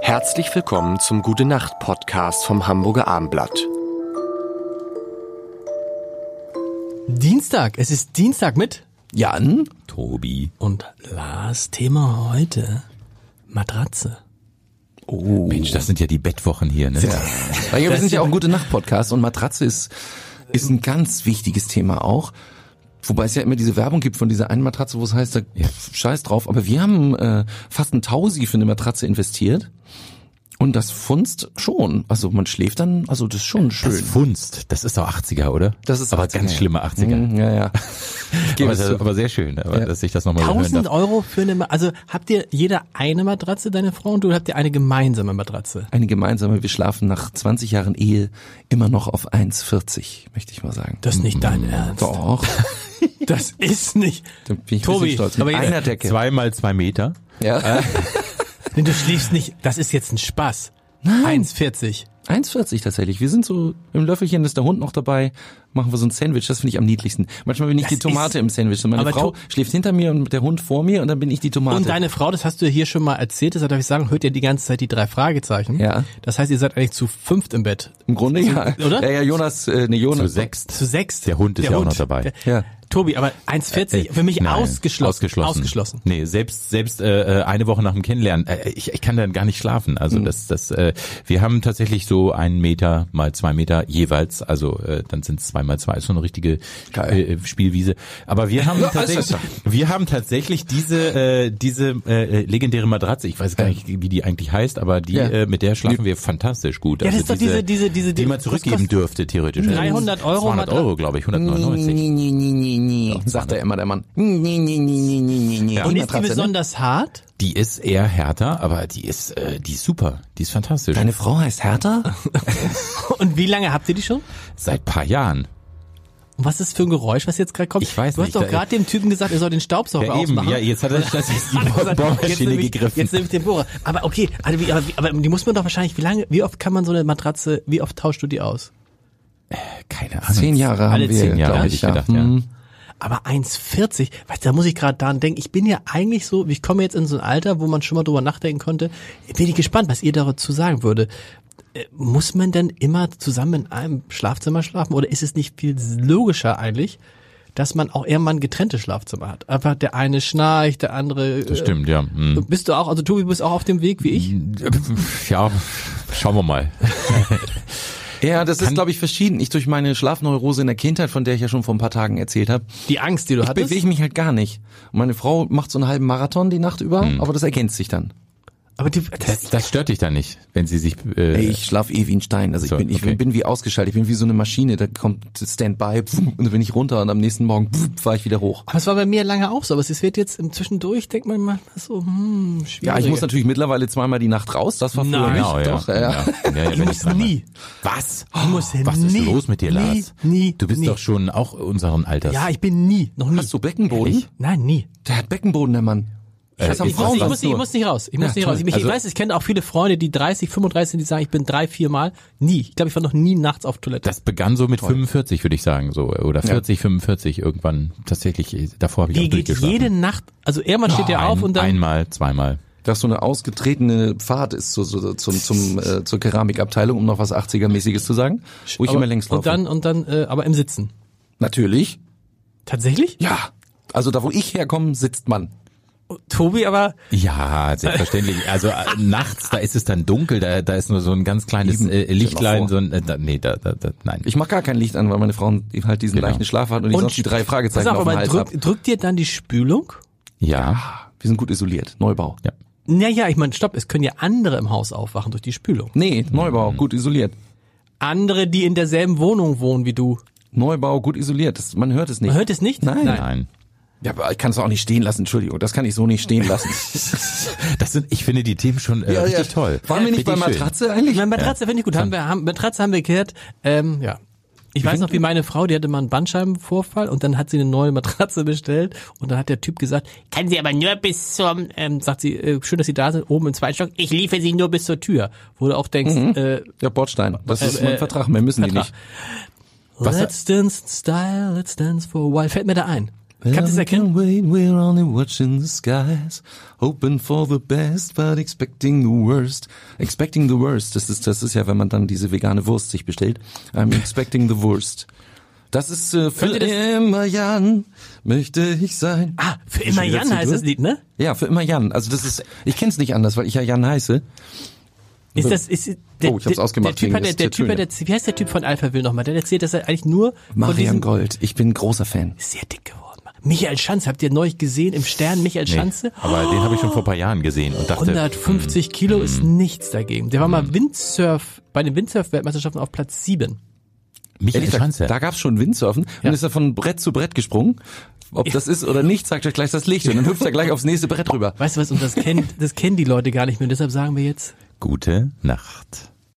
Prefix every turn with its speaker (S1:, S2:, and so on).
S1: Herzlich willkommen zum Gute Nacht Podcast vom Hamburger Armblatt.
S2: Dienstag, es ist Dienstag mit
S3: Jan, Tobi.
S2: und Lars Thema heute Matratze.
S3: Oh. Mensch, das sind ja die Bettwochen hier, ne? Ja. Weil wir sind ja auch ein gute Nacht-Podcast und Matratze ist, ist ein ganz wichtiges Thema auch. Wobei es ja immer diese Werbung gibt von dieser einen Matratze, wo es heißt, da, pf, scheiß drauf. Aber wir haben äh, fast ein Tausi für eine Matratze investiert. Und das funzt schon. Also man schläft dann, also das ist schon schön.
S4: Das Funst, das ist doch 80er, oder?
S3: Das ist
S4: aber
S3: 80er,
S4: ganz
S3: ja.
S4: schlimme 80er.
S3: Mhm, ja, ja. Ich gebe
S4: Aber,
S3: es
S4: das,
S3: zu.
S4: aber sehr schön, ne? aber
S3: Ja.
S4: dass ich das nochmal hören
S2: 1000
S4: darf.
S2: Euro für eine, Ma- also habt ihr jeder eine Matratze, deine Frau und du habt ihr eine gemeinsame Matratze.
S3: Eine gemeinsame, wir schlafen nach 20 Jahren Ehe immer noch auf 1,40, möchte ich mal sagen.
S2: Das ist nicht dein Ernst.
S3: Mm, Doch.
S2: Das ist nicht.
S3: Da bin ich
S2: Tobi,
S3: Tobi, stolz. Mit
S2: aber jeder-
S3: einer Decke.
S4: Zweimal zwei Meter.
S3: Ja.
S2: Nee, du schläfst nicht. Das ist jetzt ein Spaß. 1,40.
S3: 1,40 tatsächlich. Wir sind so im Löffelchen, ist der Hund noch dabei. Machen wir so ein Sandwich, das finde ich am niedlichsten. Manchmal bin ich
S2: Das
S3: die Tomate
S2: ist-
S3: im Sandwich. So meine
S2: Aber
S3: Frau
S2: To-
S3: schläft hinter mir und der Hund vor mir und dann bin ich die Tomate.
S2: Und deine Frau, das hast du hier schon mal erzählt, deshalb darf ich sagen, hört ihr die ganze Zeit die drei Fragezeichen.
S3: Ja.
S2: Das heißt, ihr seid eigentlich zu fünft im Bett.
S3: Im Grunde ja.
S2: oder?
S3: Ja, ja, Jonas, äh, nee,
S4: Zu
S3: Jonas.
S4: sechst.
S2: Zu sechst.
S4: Der Hund ist ja auch noch dabei.
S2: Der,
S3: Ja.
S2: Tobi, aber 1,40 für mich
S4: Äh, Nein,
S2: ausgeschlossen.
S4: ausgeschlossen. Nee, selbst selbst äh, äh, eine Woche nach dem Kennenlernen, äh, ich, ich kann dann gar nicht schlafen. Also
S2: Hm.
S4: das das äh, wir haben tatsächlich so einen Meter mal zwei Meter jeweils. Also äh, dann sind es zwei mal zwei. Ist schon eine richtige
S3: Geil.
S4: äh, Spielwiese. Aber wir haben
S3: Ja,
S4: tatsächlich
S3: also-
S4: wir haben tatsächlich diese äh, diese äh, legendäre Matratze. Ich weiß gar nicht, wie die eigentlich heißt, aber die
S3: Ja.
S4: äh, mit der schlafen wir fantastisch gut. Also
S2: Ja, das ist doch diese- diese- diese-
S4: die man
S2: was
S4: zurückgeben
S2: kostet-
S4: dürfte theoretisch.
S2: 300 Euro
S4: 200 Euro,
S2: Matratze.
S4: glaube ich,
S3: Nee,
S4: 199.
S3: nee, nee, nee, nee, sagt er immer, der Mann. Nee, nee, nee, nee, nee, nee.
S4: Ja.
S2: Und
S3: Die
S2: ist die
S3: Matratze, ne?
S2: besonders hart?
S4: Die ist eher härter, aber die ist äh, die ist super, die ist fantastisch.
S3: Deine Frau heißt Hertha?
S2: Und wie lange habt ihr die schon?
S4: Seit paar Jahren.
S2: Und was ist für ein Geräusch, was jetzt gerade kommt?
S4: Ich weiß
S2: du
S4: nicht,
S2: hast doch
S4: da-
S2: gerade dem Typen gesagt, er soll den Staubsauger
S4: Ja, eben.
S2: ausmachen.
S4: Ja, jetzt hat er das ist die
S2: Hat er gesagt, jetzt
S4: Bohrmaschine
S2: nehme ich-
S4: gegriffen.
S2: Jetzt nehme ich den Bohrer. Aber okay, also wie, aber, wie, aber die muss man doch wahrscheinlich, wie lange, wie oft kann man so eine Matratze, wie oft tauscht du die aus?
S4: Keine Ahnung.
S3: Zehn Jahre haben
S2: Alle
S3: wir,
S2: zehn Jahre
S3: glaub
S2: hätte
S4: ich gedacht, ja.
S3: Hm.
S2: Mhm. Aber 1,40, weißt du, da muss ich gerade daran denken, ich bin ja eigentlich so, ich komme jetzt in so ein Alter, wo man schon mal drüber nachdenken konnte, bin ich gespannt, was ihr dazu sagen würde. Äh, Muss man denn immer zusammen in einem Schlafzimmer schlafen oder ist es nicht viel logischer eigentlich, dass man auch irgendwann getrennte Schlafzimmer hat? Einfach der eine schnarcht, der andere...
S4: Das stimmt, ja.
S2: Äh,
S4: Hm.
S2: bist du auch, also Tobi, du bist auch auf dem Weg wie ich?
S4: Ja, schauen wir mal.
S3: Ja, das ist, glaube ich, verschieden. Ich durch meine Schlafneurose in der Kindheit, von der ich ja schon vor ein paar Tagen erzählt habe,
S2: Die Angst, die du hattest?
S3: bewege ich mich halt gar nicht. Und meine Frau macht so einen halben Marathon die Nacht über,
S2: Hm.
S3: aber das ergänzt sich dann.
S2: Aber die,
S4: Das, das stört dich dann nicht, wenn sie sich. Äh,
S3: Ey, ich schlaf eh wie ein Stein. Also ich,
S4: So,
S3: bin, ich
S4: okay.
S3: bin wie ausgeschaltet, ich bin wie so eine Maschine. Da kommt Standby pf, und dann bin ich runter und am nächsten Morgen pf, fahr ich wieder hoch.
S2: aber es war bei mir lange auch so, aber es wird jetzt im Zwischendurch, denkt man immer so, hm, schwierig.
S3: Ja, ich muss natürlich mittlerweile zweimal die Nacht raus. Das war früher
S2: Nein.
S3: nicht.
S4: genau, ja.
S3: Doch, ja.
S4: ja. ja, ja,
S2: Ich
S4: wenn
S2: muss
S4: dran war.
S2: nie.
S4: Was?
S2: Ich
S3: Oh,
S2: muss
S4: Was ist
S2: nie,
S4: los mit dir,
S2: nie,
S4: Lars?
S2: nie,
S4: du bist
S2: nie.
S4: doch schon auch unseren Alters.
S2: Ja, ich bin nie, noch nie.
S3: Hast du Beckenboden?
S4: Ehrlich?
S2: Nein, nie.
S3: Der hat Beckenboden, der Mann.
S4: Äh,
S3: Das haben
S4: ich-
S3: Frauen
S2: ich,
S4: was
S2: muss,
S3: sonst
S2: ich
S3: nur.
S2: muss nicht raus. Ich muss
S3: Ja,
S2: nicht
S3: toll.
S2: raus. Ich, mich-
S4: Also-
S2: ich weiß, ich kenne auch viele Freunde, die 30, 35 sind, die sagen, ich bin drei, vier Mal. Nie. Ich glaube, ich war noch nie nachts auf Toilette.
S4: Das begann so mit 45, würde ich sagen, so oder 40, 45 irgendwann tatsächlich. äh, Davor habe ich
S2: die
S4: auch
S2: geht
S4: durchgeschlafen.
S2: jede Nacht, also irgendwann steht der auf
S4: Ein-
S2: und dann.
S4: einmal, zweimal.
S3: Dass so eine ausgetretene Pfad ist so, so, zum, zum, äh, zur Keramikabteilung, um noch was 80er-mäßiges zu sagen. Wo ich
S2: aber,
S3: immer längst laufe.
S2: und dann, und dann, äh, aber im Sitzen.
S3: Natürlich.
S2: Tatsächlich?
S3: Ja. Also da, wo ich herkomme, sitzt man.
S2: Tobi, aber
S4: Ja, selbstverständlich. Also äh, nachts, da ist es dann dunkel, da, da ist nur so ein ganz kleines
S3: Eben.
S4: äh, Lichtlein, so
S3: Stell
S4: ein, äh, da, nee, da, da, da, nein.
S3: Ich mach gar kein Licht an, weil meine Frau halt diesen
S4: Genau.
S3: leichten Schlaf hat und ich sonst die drei Fragezeichen
S2: pass
S3: auf
S2: auf,
S3: dem
S2: aber
S3: Hals
S2: drück,
S3: hab.
S2: drückt dir dann die Spülung?
S4: ja,
S3: Wir sind gut isoliert. Neubau.
S4: ja.
S2: Naja, ich meine, stopp, es können ja andere im Haus aufwachen durch die Spülung.
S3: Nee,
S2: Mhm.
S3: Neubau, gut isoliert.
S2: Andere, die in derselben Wohnung wohnen wie du.
S3: Neubau, gut isoliert. Das, man hört es nicht.
S2: Man hört es nicht?
S3: Nein.
S4: Nein.
S3: Ja, aber ich kann es auch nicht stehen lassen, Entschuldigung. Das kann ich so nicht stehen lassen.
S4: Das sind, ich finde die Themen schon äh, richtig toll.
S3: Waren wir nicht bei
S4: Richtig schön.
S3: Matratze eigentlich?
S2: Meine Matratze finde ich gut. Haben wir, haben, Matratze haben wir geklärt. Ähm, ja. Ich weiß noch, wie meine Frau, die hatte mal einen Bandscheibenvorfall und dann hat sie eine neue Matratze bestellt und dann hat der Typ gesagt, kann sie aber nur bis zum, ähm, sagt sie, äh, schön, dass sie da sind, oben im zweiten Stock, ich liefere sie nur bis zur Tür. Wo du auch denkst,
S3: Mhm.
S2: äh,
S3: Ja, Bordstein. Das ist
S2: Äh,
S3: mein
S2: äh,
S3: Vertrag. Mehr müssen
S2: Vertrag.
S3: die nicht.
S2: let's dance in style, let's dance for a while, fällt mir da ein. Kannst du es erkennen?
S3: Wait, we're only watching the skies, hoping for the best, but expecting the worst. Expecting the worst, das ist, das ist ja, wenn man dann diese vegane Wurst sich bestellt. I'm expecting the worst. Das ist äh, für
S2: Könnt ihr das-
S3: immer Jan, möchte ich sein.
S2: Ah, für immer
S3: Schon wieder
S2: Jan heißt
S3: Zitur?
S2: das Lied, ne?
S3: Ja, für immer Jan. Also das ist, ich kenn's nicht anders, weil ich ja Jan heiße.
S2: Ist das, ist, der,
S3: Oh, ich hab's ausgemacht
S2: der Typ,
S3: wegen
S2: hat, der,
S3: des
S2: der typ hat,
S3: Töne.
S2: der, wie heißt der Typ von Alpha Will nochmal? Der erzählt, dass er eigentlich nur von
S3: Marian
S2: diesem,
S3: Gold, ich bin großer Fan.
S2: sehr dick geworden. Michael Schanze, habt ihr neulich gesehen im Stern Michael Schanze?
S4: aber den habe ich schon vor ein paar Jahren gesehen und dachte,
S2: 150 Kilo ist nichts dagegen. Der war mal Windsurf, bei den Windsurf-Weltmeisterschaften auf Platz 7.
S4: Michael
S3: Ehrlich gesagt,
S4: Schanze.
S3: da gab's schon Windsurfen
S2: Ja.
S3: und ist er von Brett zu Brett gesprungen. Ob das ist oder nicht, sagt euch gleich das Licht und dann hüpft er gleich aufs nächste Brett rüber.
S2: Weißt du was, und das kennen, das kennen die Leute gar nicht mehr, deshalb sagen wir jetzt,
S4: Gute Nacht.